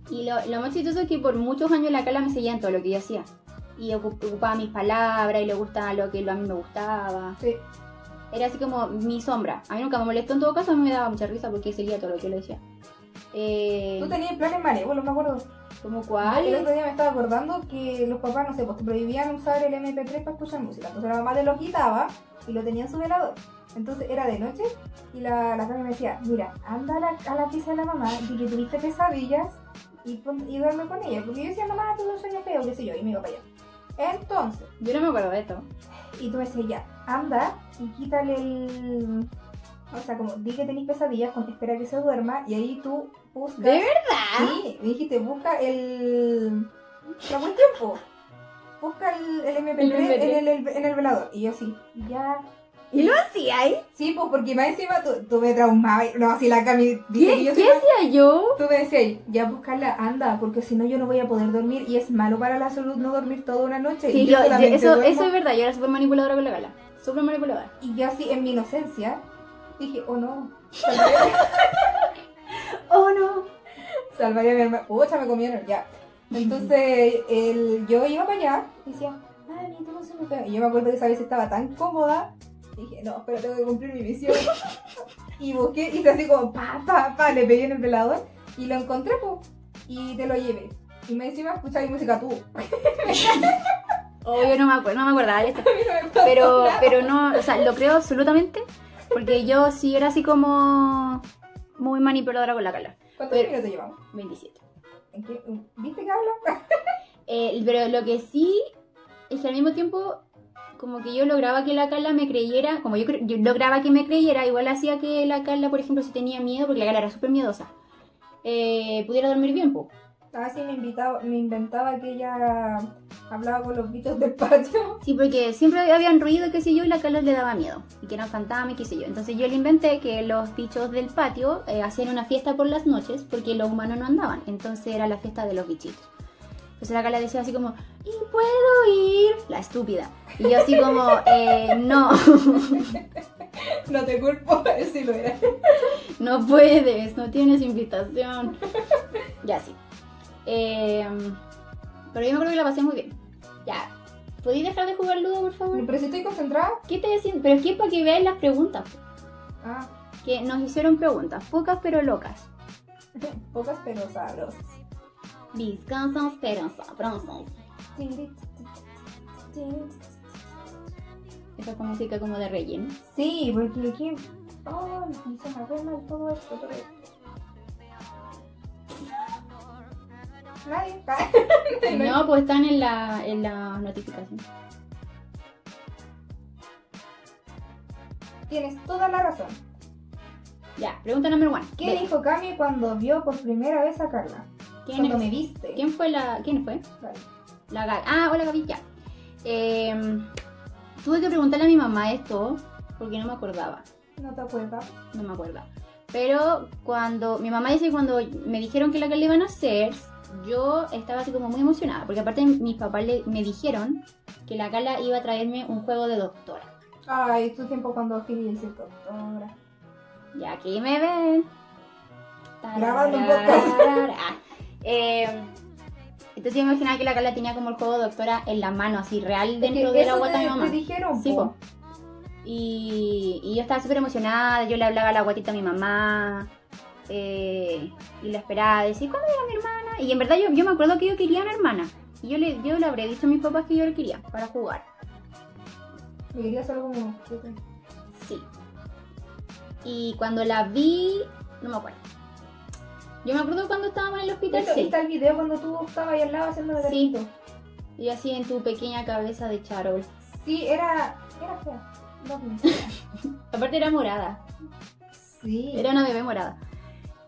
[SPEAKER 2] Y lo, lo más chistoso es que por muchos años la Carla me seguía en todo lo que yo hacía. Y ocu- ocupaba mis palabras y le gustaba lo que lo- a mí me gustaba.
[SPEAKER 1] Sí.
[SPEAKER 2] era así como mi sombra. A mí nunca me molestó en todo caso, a mí me daba mucha risa porque seguía todo lo que yo le decía. Eh,
[SPEAKER 1] Tú tenías planes malévolos, me acuerdo.
[SPEAKER 2] ¿Cómo
[SPEAKER 1] El
[SPEAKER 2] cuál?
[SPEAKER 1] otro día me estaba acordando que los papás, no sé, pues te prohibían usar el MP3 para escuchar música. Entonces la mamá te lo quitaba y lo tenía en su velador. Entonces era de noche y la, la Cami me decía, mira, anda a la, a la pieza de la mamá y que tuviste pesadillas y, pon- y duerme con ella. Porque yo decía, mamá, tuve un sueño feo, qué sé yo, y me iba para allá. Entonces,
[SPEAKER 2] Yo no me acuerdo de esto.
[SPEAKER 1] y tú me decías, ya, anda y quítale el... O sea, como di que tenéis pesadillas, con espera que se duerma y ahí tú buscas...
[SPEAKER 2] ¿De verdad?
[SPEAKER 1] Sí, me dijiste, busca el. Está buen tiempo. Busca el, el MP3
[SPEAKER 2] El MP3.
[SPEAKER 1] En, el, el- en el velador. Y yo así, ya.
[SPEAKER 2] ¿Y lo hacía ahí?
[SPEAKER 1] Sí, pues porque más encima tú, tú me traumabas. No, así la Cami. dice que
[SPEAKER 2] ¿Qué,
[SPEAKER 1] yo soy
[SPEAKER 2] qué hacía yo?
[SPEAKER 1] Tú me decías, ya buscarla, anda, porque si no yo no voy a poder dormir y es malo para la salud no dormir toda una noche. y
[SPEAKER 2] Sí,
[SPEAKER 1] Eh, yo
[SPEAKER 2] yo- yo-
[SPEAKER 1] solamente
[SPEAKER 2] eso,
[SPEAKER 1] duermo.
[SPEAKER 2] eso es verdad, yo era súper manipuladora con la gala. Súper manipuladora.
[SPEAKER 1] Y yo así, en mi inocencia, dije, oh no, salvaré,
[SPEAKER 2] ¡Oh, no!
[SPEAKER 1] salvaré a mi hermano. Pucha, me comieron, ya. *laughs* Entonces, el, yo iba para allá y decía, mami, tengo un sueño feo". Y yo me acuerdo que esa vez estaba tan cómoda, dije, no, pero tengo que cumplir mi *laughs* misión. y busqué, hice así como, pa, pa, pa, le pegué en el velador y lo encontré, po, y te lo llevé. Y me encima escuchaba mi música *laughs* tú. A mí
[SPEAKER 2] Oh, yo no me acuerdo, no me acordaba de esto.
[SPEAKER 1] *laughs* no me pasó
[SPEAKER 2] pero,
[SPEAKER 1] nada.
[SPEAKER 2] pero no, o sea, lo creo absolutamente, porque yo sí era así como muy manipuladora con la Carla.
[SPEAKER 1] ¿Cuántos
[SPEAKER 2] pero-
[SPEAKER 1] minutos llevamos?
[SPEAKER 2] 27.
[SPEAKER 1] ¿En qué? ¿Viste que *laughs* habla?
[SPEAKER 2] Eh, pero lo que sí es que al mismo tiempo, como que yo lograba que la Carla me creyera, como yo, cre- yo lograba que me creyera, igual hacía que la Carla, por ejemplo, si tenía miedo, porque la Carla era súper miedosa, eh, pudiera dormir bien, po.
[SPEAKER 1] Ah, sí, me, invitaba, me inventaba que ella hablaba con los bichos del patio. *laughs*
[SPEAKER 2] Sí, porque siempre habían ruido, qué sé yo, y la Carla le daba miedo, y que eran fantasmas, y qué sé yo. Entonces yo le inventé que los bichos del patio eh, hacían una fiesta por las noches porque los humanos no andaban. Entonces era la fiesta de los bichitos. Entonces la Carla decía así como, ¿y puedo ir? La estúpida. Y yo así como, eh, no,
[SPEAKER 1] No te culpo, *laughs* si lo era.
[SPEAKER 2] no puedes, no tienes invitación. Ya sí. Eh, pero yo me acuerdo que la pasé muy bien. Ya. ¿Podéis dejar de jugar Ludo, por favor?
[SPEAKER 1] Pero si estoy concentrada.
[SPEAKER 2] ¿Qué te decían? Pero es que es para que veáis las preguntas. po.
[SPEAKER 1] Ah.
[SPEAKER 2] que nos hicieron preguntas, pocas pero locas.
[SPEAKER 1] Pocas pero sabrosas.
[SPEAKER 2] Viscansas pero sabrosas. Esa es como música como de relleno.
[SPEAKER 1] Sí, pues, porque aquí. Oh, se me ve mal todo esto, todo esto. Nadie. *laughs*
[SPEAKER 2] No, pues están en la, en la notificación.
[SPEAKER 1] Tienes toda la razón.
[SPEAKER 2] Ya, pregunta número uno.
[SPEAKER 1] ¿Qué
[SPEAKER 2] Ve,
[SPEAKER 1] dijo Cami cuando vio por primera vez a Carla?
[SPEAKER 2] ¿Quién,
[SPEAKER 1] Cuando
[SPEAKER 2] es-
[SPEAKER 1] me viste.
[SPEAKER 2] quién fue la. ¿Quién fue?
[SPEAKER 1] Vale.
[SPEAKER 2] La Gaby. Ah, hola Gaby, ya. Em, tuve que preguntarle a mi mamá esto porque no me acordaba.
[SPEAKER 1] No te acuerdas.
[SPEAKER 2] No me acuerdo. Pero cuando mi mamá dice que cuando me dijeron que la que le iban a hacer, yo estaba así como muy emocionada, porque aparte mis papás le- me dijeron que la Carla iba a traerme un juego de doctora.
[SPEAKER 1] Ay, tu tiempo cuando quería decir doctora.
[SPEAKER 2] Y aquí me ven.
[SPEAKER 1] Grabando un podcast.
[SPEAKER 2] *laughs* Tararara. Eh, entonces yo me imaginaba que la Carla tenía como el juego de doctora en la mano, así real dentro
[SPEAKER 1] Que
[SPEAKER 2] de la
[SPEAKER 1] eso
[SPEAKER 2] guata
[SPEAKER 1] te,
[SPEAKER 2] de mi mamá.
[SPEAKER 1] te dijeron.
[SPEAKER 2] Sí,
[SPEAKER 1] po.
[SPEAKER 2] po. Y, y yo estaba súper emocionada, yo le hablaba a la guatita a mi mamá eh, y la esperaba, decía, ¿cuándo llega mi hermana? Y en verdad yo, yo me acuerdo que yo quería una hermana. Y yo le, yo le habré dicho a mis papás que yo la quería para jugar.
[SPEAKER 1] Me quería solo como. ¿qué?
[SPEAKER 2] Sí. Y cuando la vi, no me acuerdo. Yo me acuerdo cuando estábamos en el hospital,
[SPEAKER 1] Esto-
[SPEAKER 2] sí.
[SPEAKER 1] Está el video cuando tú estabas ahí al lado haciendo de
[SPEAKER 2] Sí.
[SPEAKER 1] gatito.
[SPEAKER 2] Y así en tu pequeña cabeza de charol.
[SPEAKER 1] Sí, era. Era fea. No, mentira.
[SPEAKER 2] Aparte era morada.
[SPEAKER 1] Sí.
[SPEAKER 2] Era una bebé morada.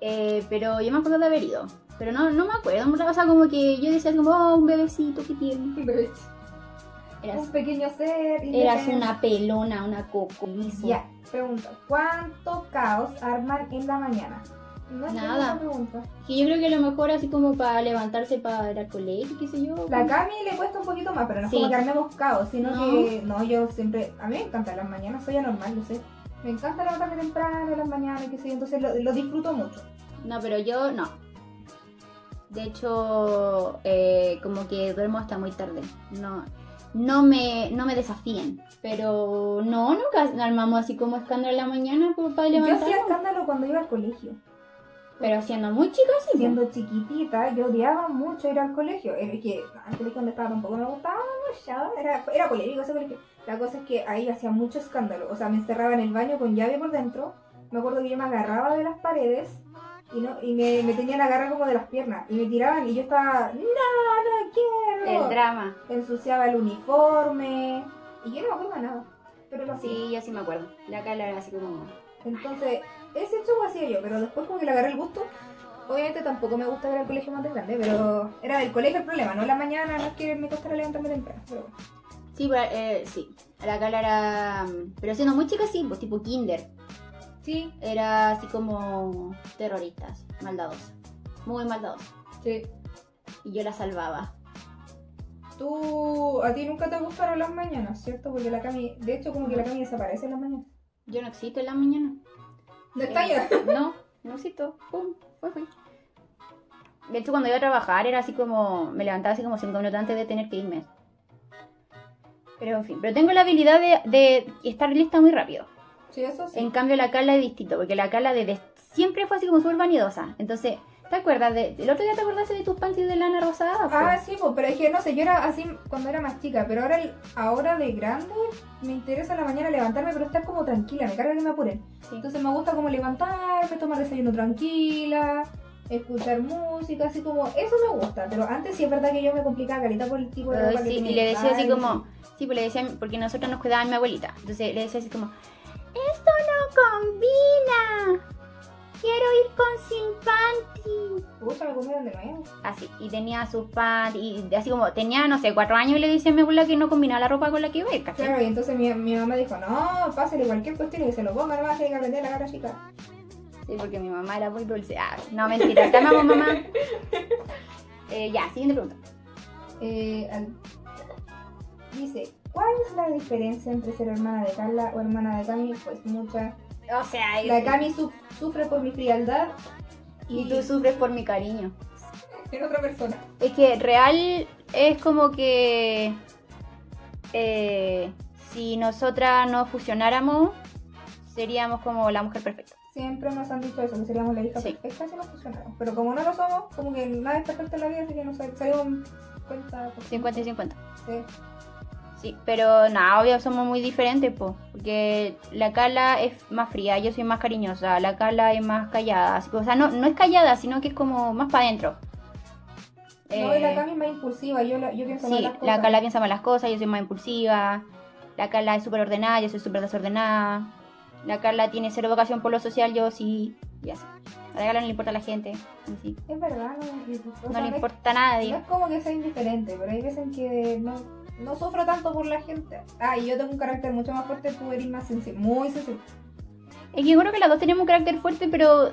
[SPEAKER 2] Eh, pero yo me acuerdo de haber ido. Pero no, no me acuerdo. en verdad, O sea, como que yo decía así como, oh, un bebecito que tiene.
[SPEAKER 1] un bebé.
[SPEAKER 2] Eras,
[SPEAKER 1] Un pequeño ser.
[SPEAKER 2] eras
[SPEAKER 1] indefenso.
[SPEAKER 2] una pelona, una coco. liso.
[SPEAKER 1] Ya, pregunta. ¿Cuánto caos arman en la mañana? No es
[SPEAKER 2] Nada.
[SPEAKER 1] ninguna pregunta.
[SPEAKER 2] Que yo creo que a lo mejor así como para levantarse para ir al colegio, qué sé yo.
[SPEAKER 1] La Cami le cuesta un poquito más, pero no es
[SPEAKER 2] Sí.
[SPEAKER 1] como que armemos caos, sino
[SPEAKER 2] No.
[SPEAKER 1] que. No, yo siempre. A mí me encantan las mañanas, soy anormal, lo sé. Me encanta levantarme temprano en las mañanas, y qué sé yo, entonces lo, lo disfruto mucho.
[SPEAKER 2] No, pero yo no. De hecho, eh, como que duermo hasta muy tarde. No, no me, no me desafíen. Pero no, nunca armamos así como escándalo en la mañana por, para
[SPEAKER 1] Yo
[SPEAKER 2] levantarnos.
[SPEAKER 1] hacía escándalo cuando iba al colegio.
[SPEAKER 2] Pero siendo muy chicos, sí. po.
[SPEAKER 1] Siendo chiquitita, yo odiaba mucho ir al colegio. Es que al colegio donde estaba tampoco me gustaba mucho. Era, era polémico ese colegio. La cosa es que ahí hacía mucho escándalo. O sea, me encerraba en el baño con llave por dentro. Me acuerdo que yo me agarraba de las paredes y, no, y me, me tenían agarra como de las piernas. Y me tiraban y yo estaba, no, no quiero.
[SPEAKER 2] El drama.
[SPEAKER 1] ensuciaba el uniforme y yo no me acuerdo de nada. Pero lo hacía.
[SPEAKER 2] Sí, yo sí me acuerdo. La Carla era así como...
[SPEAKER 1] Entonces, ese show hacía yo, pero después como que le agarré el gusto. Obviamente tampoco me gusta ver al colegio más de grande, pero era del colegio el problema, no la mañana, no es que me costara levantarme temprano. Pero bueno.
[SPEAKER 2] Sí, pero, eh, sí. La Carla era... mm, Pero siendo muy chica, sí, pues tipo kinder.
[SPEAKER 3] Sí,
[SPEAKER 2] Era así como terroristas, maldadosa. Muy maldadosa.
[SPEAKER 3] sí.
[SPEAKER 2] Y yo la salvaba.
[SPEAKER 3] Tú, a ti nunca te gustaron las mañanas,
[SPEAKER 1] ¿Cierto? Porque la Cami, de hecho como que la Cami desaparece en la mañana.
[SPEAKER 2] Yo no existo en la mañana.
[SPEAKER 3] Detalla.
[SPEAKER 2] Eh, *laughs* no, no existo. Pum, fue, fue. De hecho, cuando iba a trabajar era así como. Me levantaba así como cinco minutos antes de tener que irme. Pero en fin. Pero tengo la habilidad de, de estar lista muy rápido.
[SPEAKER 3] Sí, eso sí.
[SPEAKER 2] En cambio, la Carla es distinto, porque la Carla desde siempre fue así como súper vanidosa. Entonces, ¿te acuerdas? De, el otro día te acordaste de tus panties de lana rosada. po?
[SPEAKER 1] Ah, sí, pues, pero es que no sé, yo era así cuando era más chica, pero ahora, el- ahora de grande me interesa en la mañana levantarme, pero estar como tranquila, me carga que me apuren.
[SPEAKER 2] Sí.
[SPEAKER 1] Entonces me gusta como levantarme, tomar desayuno tranquila, escuchar música, así como, eso me gusta, pero antes sí es verdad que yo me complicaba calita por el tipo de
[SPEAKER 2] Ay,
[SPEAKER 1] ropa que
[SPEAKER 2] sí,
[SPEAKER 1] tenía
[SPEAKER 2] y le
[SPEAKER 1] que
[SPEAKER 2] decía así
[SPEAKER 1] usar,
[SPEAKER 2] como, sí, pues le decía, porque nosotros nos cuidaba mi abuelita. Entonces le decía así como, esto no combina, quiero ir con sin panty.
[SPEAKER 1] Pucha, me comieron de nuevo.
[SPEAKER 2] Así, y tenía sus panty, y así como, tenía, no sé, cuatro años y le decía a mi abuela que no combinaba la ropa con la que iba a ir, ¿cachai?
[SPEAKER 1] Claro, y entonces mi, mi mamá dijo, no, pásale cualquier cuestión y que se lo ponga, nomás tiene que aprender la cara chica.
[SPEAKER 2] Sí, porque mi mamá era muy dulce. Ah, no, mentira, te amamos, mamá. Eh, ya, siguiente pregunta.
[SPEAKER 1] Eh, al- Dice, ¿cuál es la diferencia entre ser hermana de Carla o hermana de Cami? Pues mucha.
[SPEAKER 2] O sea,
[SPEAKER 1] La
[SPEAKER 2] es-
[SPEAKER 1] Cami su- sufre por mi frialdad
[SPEAKER 2] y tú sufres por mi cariño.
[SPEAKER 1] en otra persona.
[SPEAKER 2] Es que real es como que eh, si nosotras no fusionáramos, seríamos como la mujer perfecta.
[SPEAKER 1] Siempre nos han dicho eso, que seríamos la hija
[SPEAKER 2] Sí.
[SPEAKER 1] perfecta si nos fusionáramos. Pero como no lo somos, como que nada es perfecto en la vida, así que nos sal- salimos cuenta.
[SPEAKER 2] 50 y 50.
[SPEAKER 1] Sí.
[SPEAKER 2] Sí, pero no, obvio somos muy diferentes, po, porque la Carla es más fría, yo soy más cariñosa, la Carla es más callada. así que, O sea, no, no es callada, sino que es como más para adentro.
[SPEAKER 1] No, y la
[SPEAKER 2] Eh,
[SPEAKER 1] Cami es más impulsiva, yo, la- yo pienso más
[SPEAKER 2] Sí,
[SPEAKER 1] las
[SPEAKER 2] la
[SPEAKER 1] cosas.
[SPEAKER 2] Carla piensa más las cosas, yo soy más impulsiva. La Carla es súper ordenada, yo soy súper desordenada. La Carla tiene cero vocación por lo social, yo sí. Y así. A la Carla no le importa la gente. en sí.
[SPEAKER 1] Es verdad, no, o
[SPEAKER 2] No
[SPEAKER 1] sea,
[SPEAKER 2] le
[SPEAKER 1] no es-
[SPEAKER 2] importa a nadie.
[SPEAKER 1] No es como que sea indiferente, pero hay veces en que no, no sufro tanto por la gente. Ah, y yo tengo un carácter mucho más fuerte, tú eres más sensible, muy sensible.
[SPEAKER 2] Es que yo creo que las dos tenemos un carácter fuerte, pero,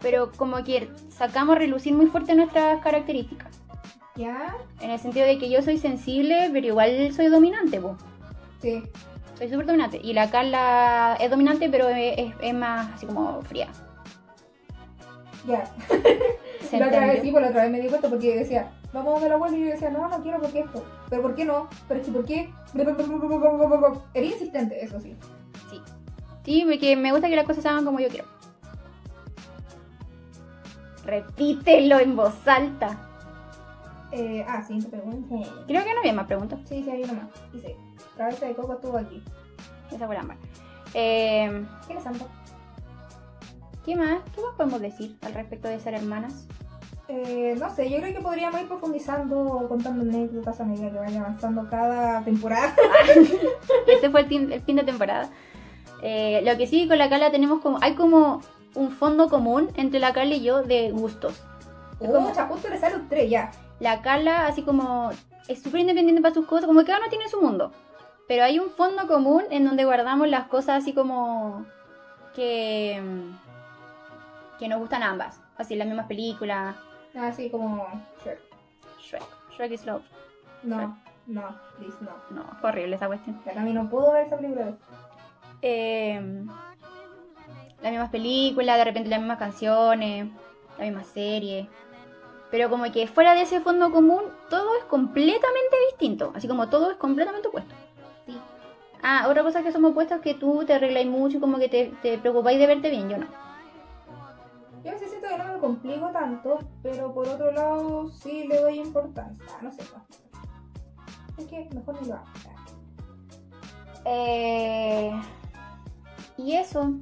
[SPEAKER 2] pero como que sacamos a relucir muy fuerte nuestras características.
[SPEAKER 1] ¿Ya?
[SPEAKER 2] En el sentido de que yo soy sensible, pero igual soy dominante, po.
[SPEAKER 1] Sí.
[SPEAKER 2] Soy súper dominante. Y la Carla es dominante, pero es, es- es más así como fría.
[SPEAKER 1] Ya.
[SPEAKER 2] ¿Se
[SPEAKER 1] la otra vez
[SPEAKER 2] entendió?
[SPEAKER 1] sí, por la otra vez me di cuenta porque decía, vamos a ver la abuela y yo decía, no, no quiero porque esto. Pero ¿por qué no? Pero es que ¿por qué? Era insistente, eso sí.
[SPEAKER 2] Sí. Sí, porque me gusta que las cosas se hagan como yo quiero. Repítelo en voz alta.
[SPEAKER 1] Eh, ah, siguiente pregunta.
[SPEAKER 2] Creo que no había más preguntas.
[SPEAKER 1] Sí, sí, hay una más. Dice, cabeza de coco estuvo aquí.
[SPEAKER 2] Esa fue la más. Eh,
[SPEAKER 1] ¿Quién es Santa?
[SPEAKER 2] ¿Qué más? ¿Qué más podemos decir al respecto de ser hermanas?
[SPEAKER 1] Eh, no sé, yo creo que podríamos ir profundizando, contando anécdotas a medida que vaya avanzando cada temporada. *laughs*
[SPEAKER 2] Este fue el, tin- el fin de temporada. Eh, lo que sí, con la Carla tenemos como... Hay como un fondo común entre la Carla y yo de gustos.
[SPEAKER 1] Es como Chapunto le sale un 3 ya.
[SPEAKER 2] La Carla, así como, es súper independiente para sus cosas, como que cada uno tiene su mundo. Pero hay un fondo común en donde guardamos las cosas así como que, mm, que nos gustan ambas. Así, las mismas películas.
[SPEAKER 1] Así como. Sure.
[SPEAKER 2] Shrek. Shrek is Love.
[SPEAKER 1] No, no, please, no.
[SPEAKER 2] No, fue horrible esa cuestión.
[SPEAKER 1] La Cami no pudo ver esa película.
[SPEAKER 2] Eh, las mismas películas, de repente las mismas canciones, la misma serie. Pero como que fuera de ese fondo común, todo es completamente distinto. Así como todo es completamente opuesto.
[SPEAKER 1] Sí.
[SPEAKER 2] Ah, otra cosa que somos opuestos es que tú te arregláis mucho y como que te, te preocupáis de verte bien. Yo no.
[SPEAKER 1] Yo a veces siento que no me complico tanto, pero por otro lado sí le doy importancia. No sé. no. Es que mejor ni lo hago.
[SPEAKER 2] Eh, y eso.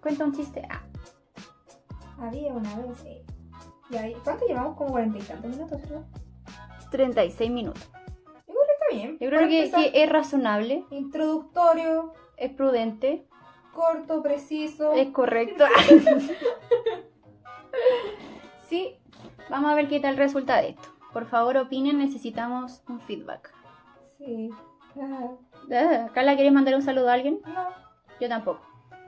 [SPEAKER 2] Cuenta un chiste. Ah,
[SPEAKER 1] Había una vez. eh, y ahí- ¿Cuánto llevamos? Como cuarenta y tantos minutos, ¿verdad?
[SPEAKER 2] 36 minutos.
[SPEAKER 1] Está bien.
[SPEAKER 2] Yo
[SPEAKER 1] para
[SPEAKER 2] creo que,
[SPEAKER 1] empezar,
[SPEAKER 2] que es razonable,
[SPEAKER 1] Introductorio,
[SPEAKER 2] es prudente,
[SPEAKER 1] corto, preciso.
[SPEAKER 2] es
[SPEAKER 1] *laughs*
[SPEAKER 2] correcto. sí, vamos a ver qué tal resulta de esto. Por favor, opinen, necesitamos un feedback.
[SPEAKER 1] Sí. Ah,
[SPEAKER 2] Ah, Carla, ¿quieres mandar un saludo a alguien?
[SPEAKER 1] No.
[SPEAKER 2] Yo tampoco.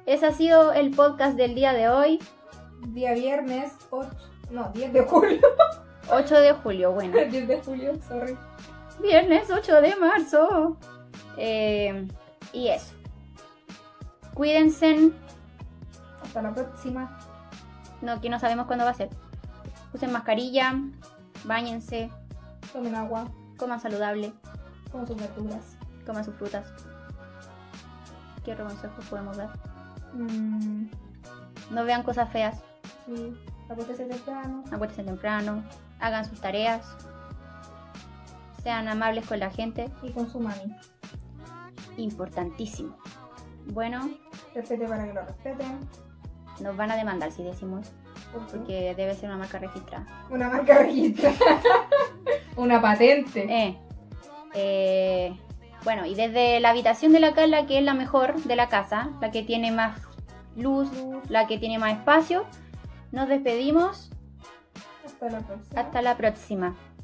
[SPEAKER 2] Ese ha sido el podcast del día de hoy,
[SPEAKER 1] Día viernes 8. No, 10 de julio. *laughs*
[SPEAKER 2] 8 de julio. Bueno,
[SPEAKER 1] 10 de julio, sorry.
[SPEAKER 2] viernes 8 de marzo. Eh, y eso. Cuídense.
[SPEAKER 1] Hasta la próxima.
[SPEAKER 2] No, que no sabemos cuándo va a ser. Usen mascarilla, bañense,
[SPEAKER 1] Tomen agua,
[SPEAKER 2] coman saludable,
[SPEAKER 1] con sus verduras.
[SPEAKER 2] coman sus frutas. ¿Qué otro consejo podemos dar?
[SPEAKER 1] Mm,
[SPEAKER 2] No vean cosas feas,
[SPEAKER 1] sí. Acuérdese temprano.
[SPEAKER 2] acuérdense temprano, hagan sus tareas, sean amables con la gente,
[SPEAKER 1] Y con su mami.
[SPEAKER 2] importantísimo. Bueno,
[SPEAKER 1] Respete para que lo respeten.
[SPEAKER 2] nos van a demandar si decimos,
[SPEAKER 1] Porque
[SPEAKER 2] porque debe ser una marca registrada.
[SPEAKER 1] una marca registra.
[SPEAKER 4] Una patente.
[SPEAKER 2] Eh, eh, bueno, y desde la habitación de la Carla, que es la mejor de la casa, la que tiene más luz, la que tiene más espacio. Nos despedimos.
[SPEAKER 1] Hasta la próxima.
[SPEAKER 2] Hasta la próxima.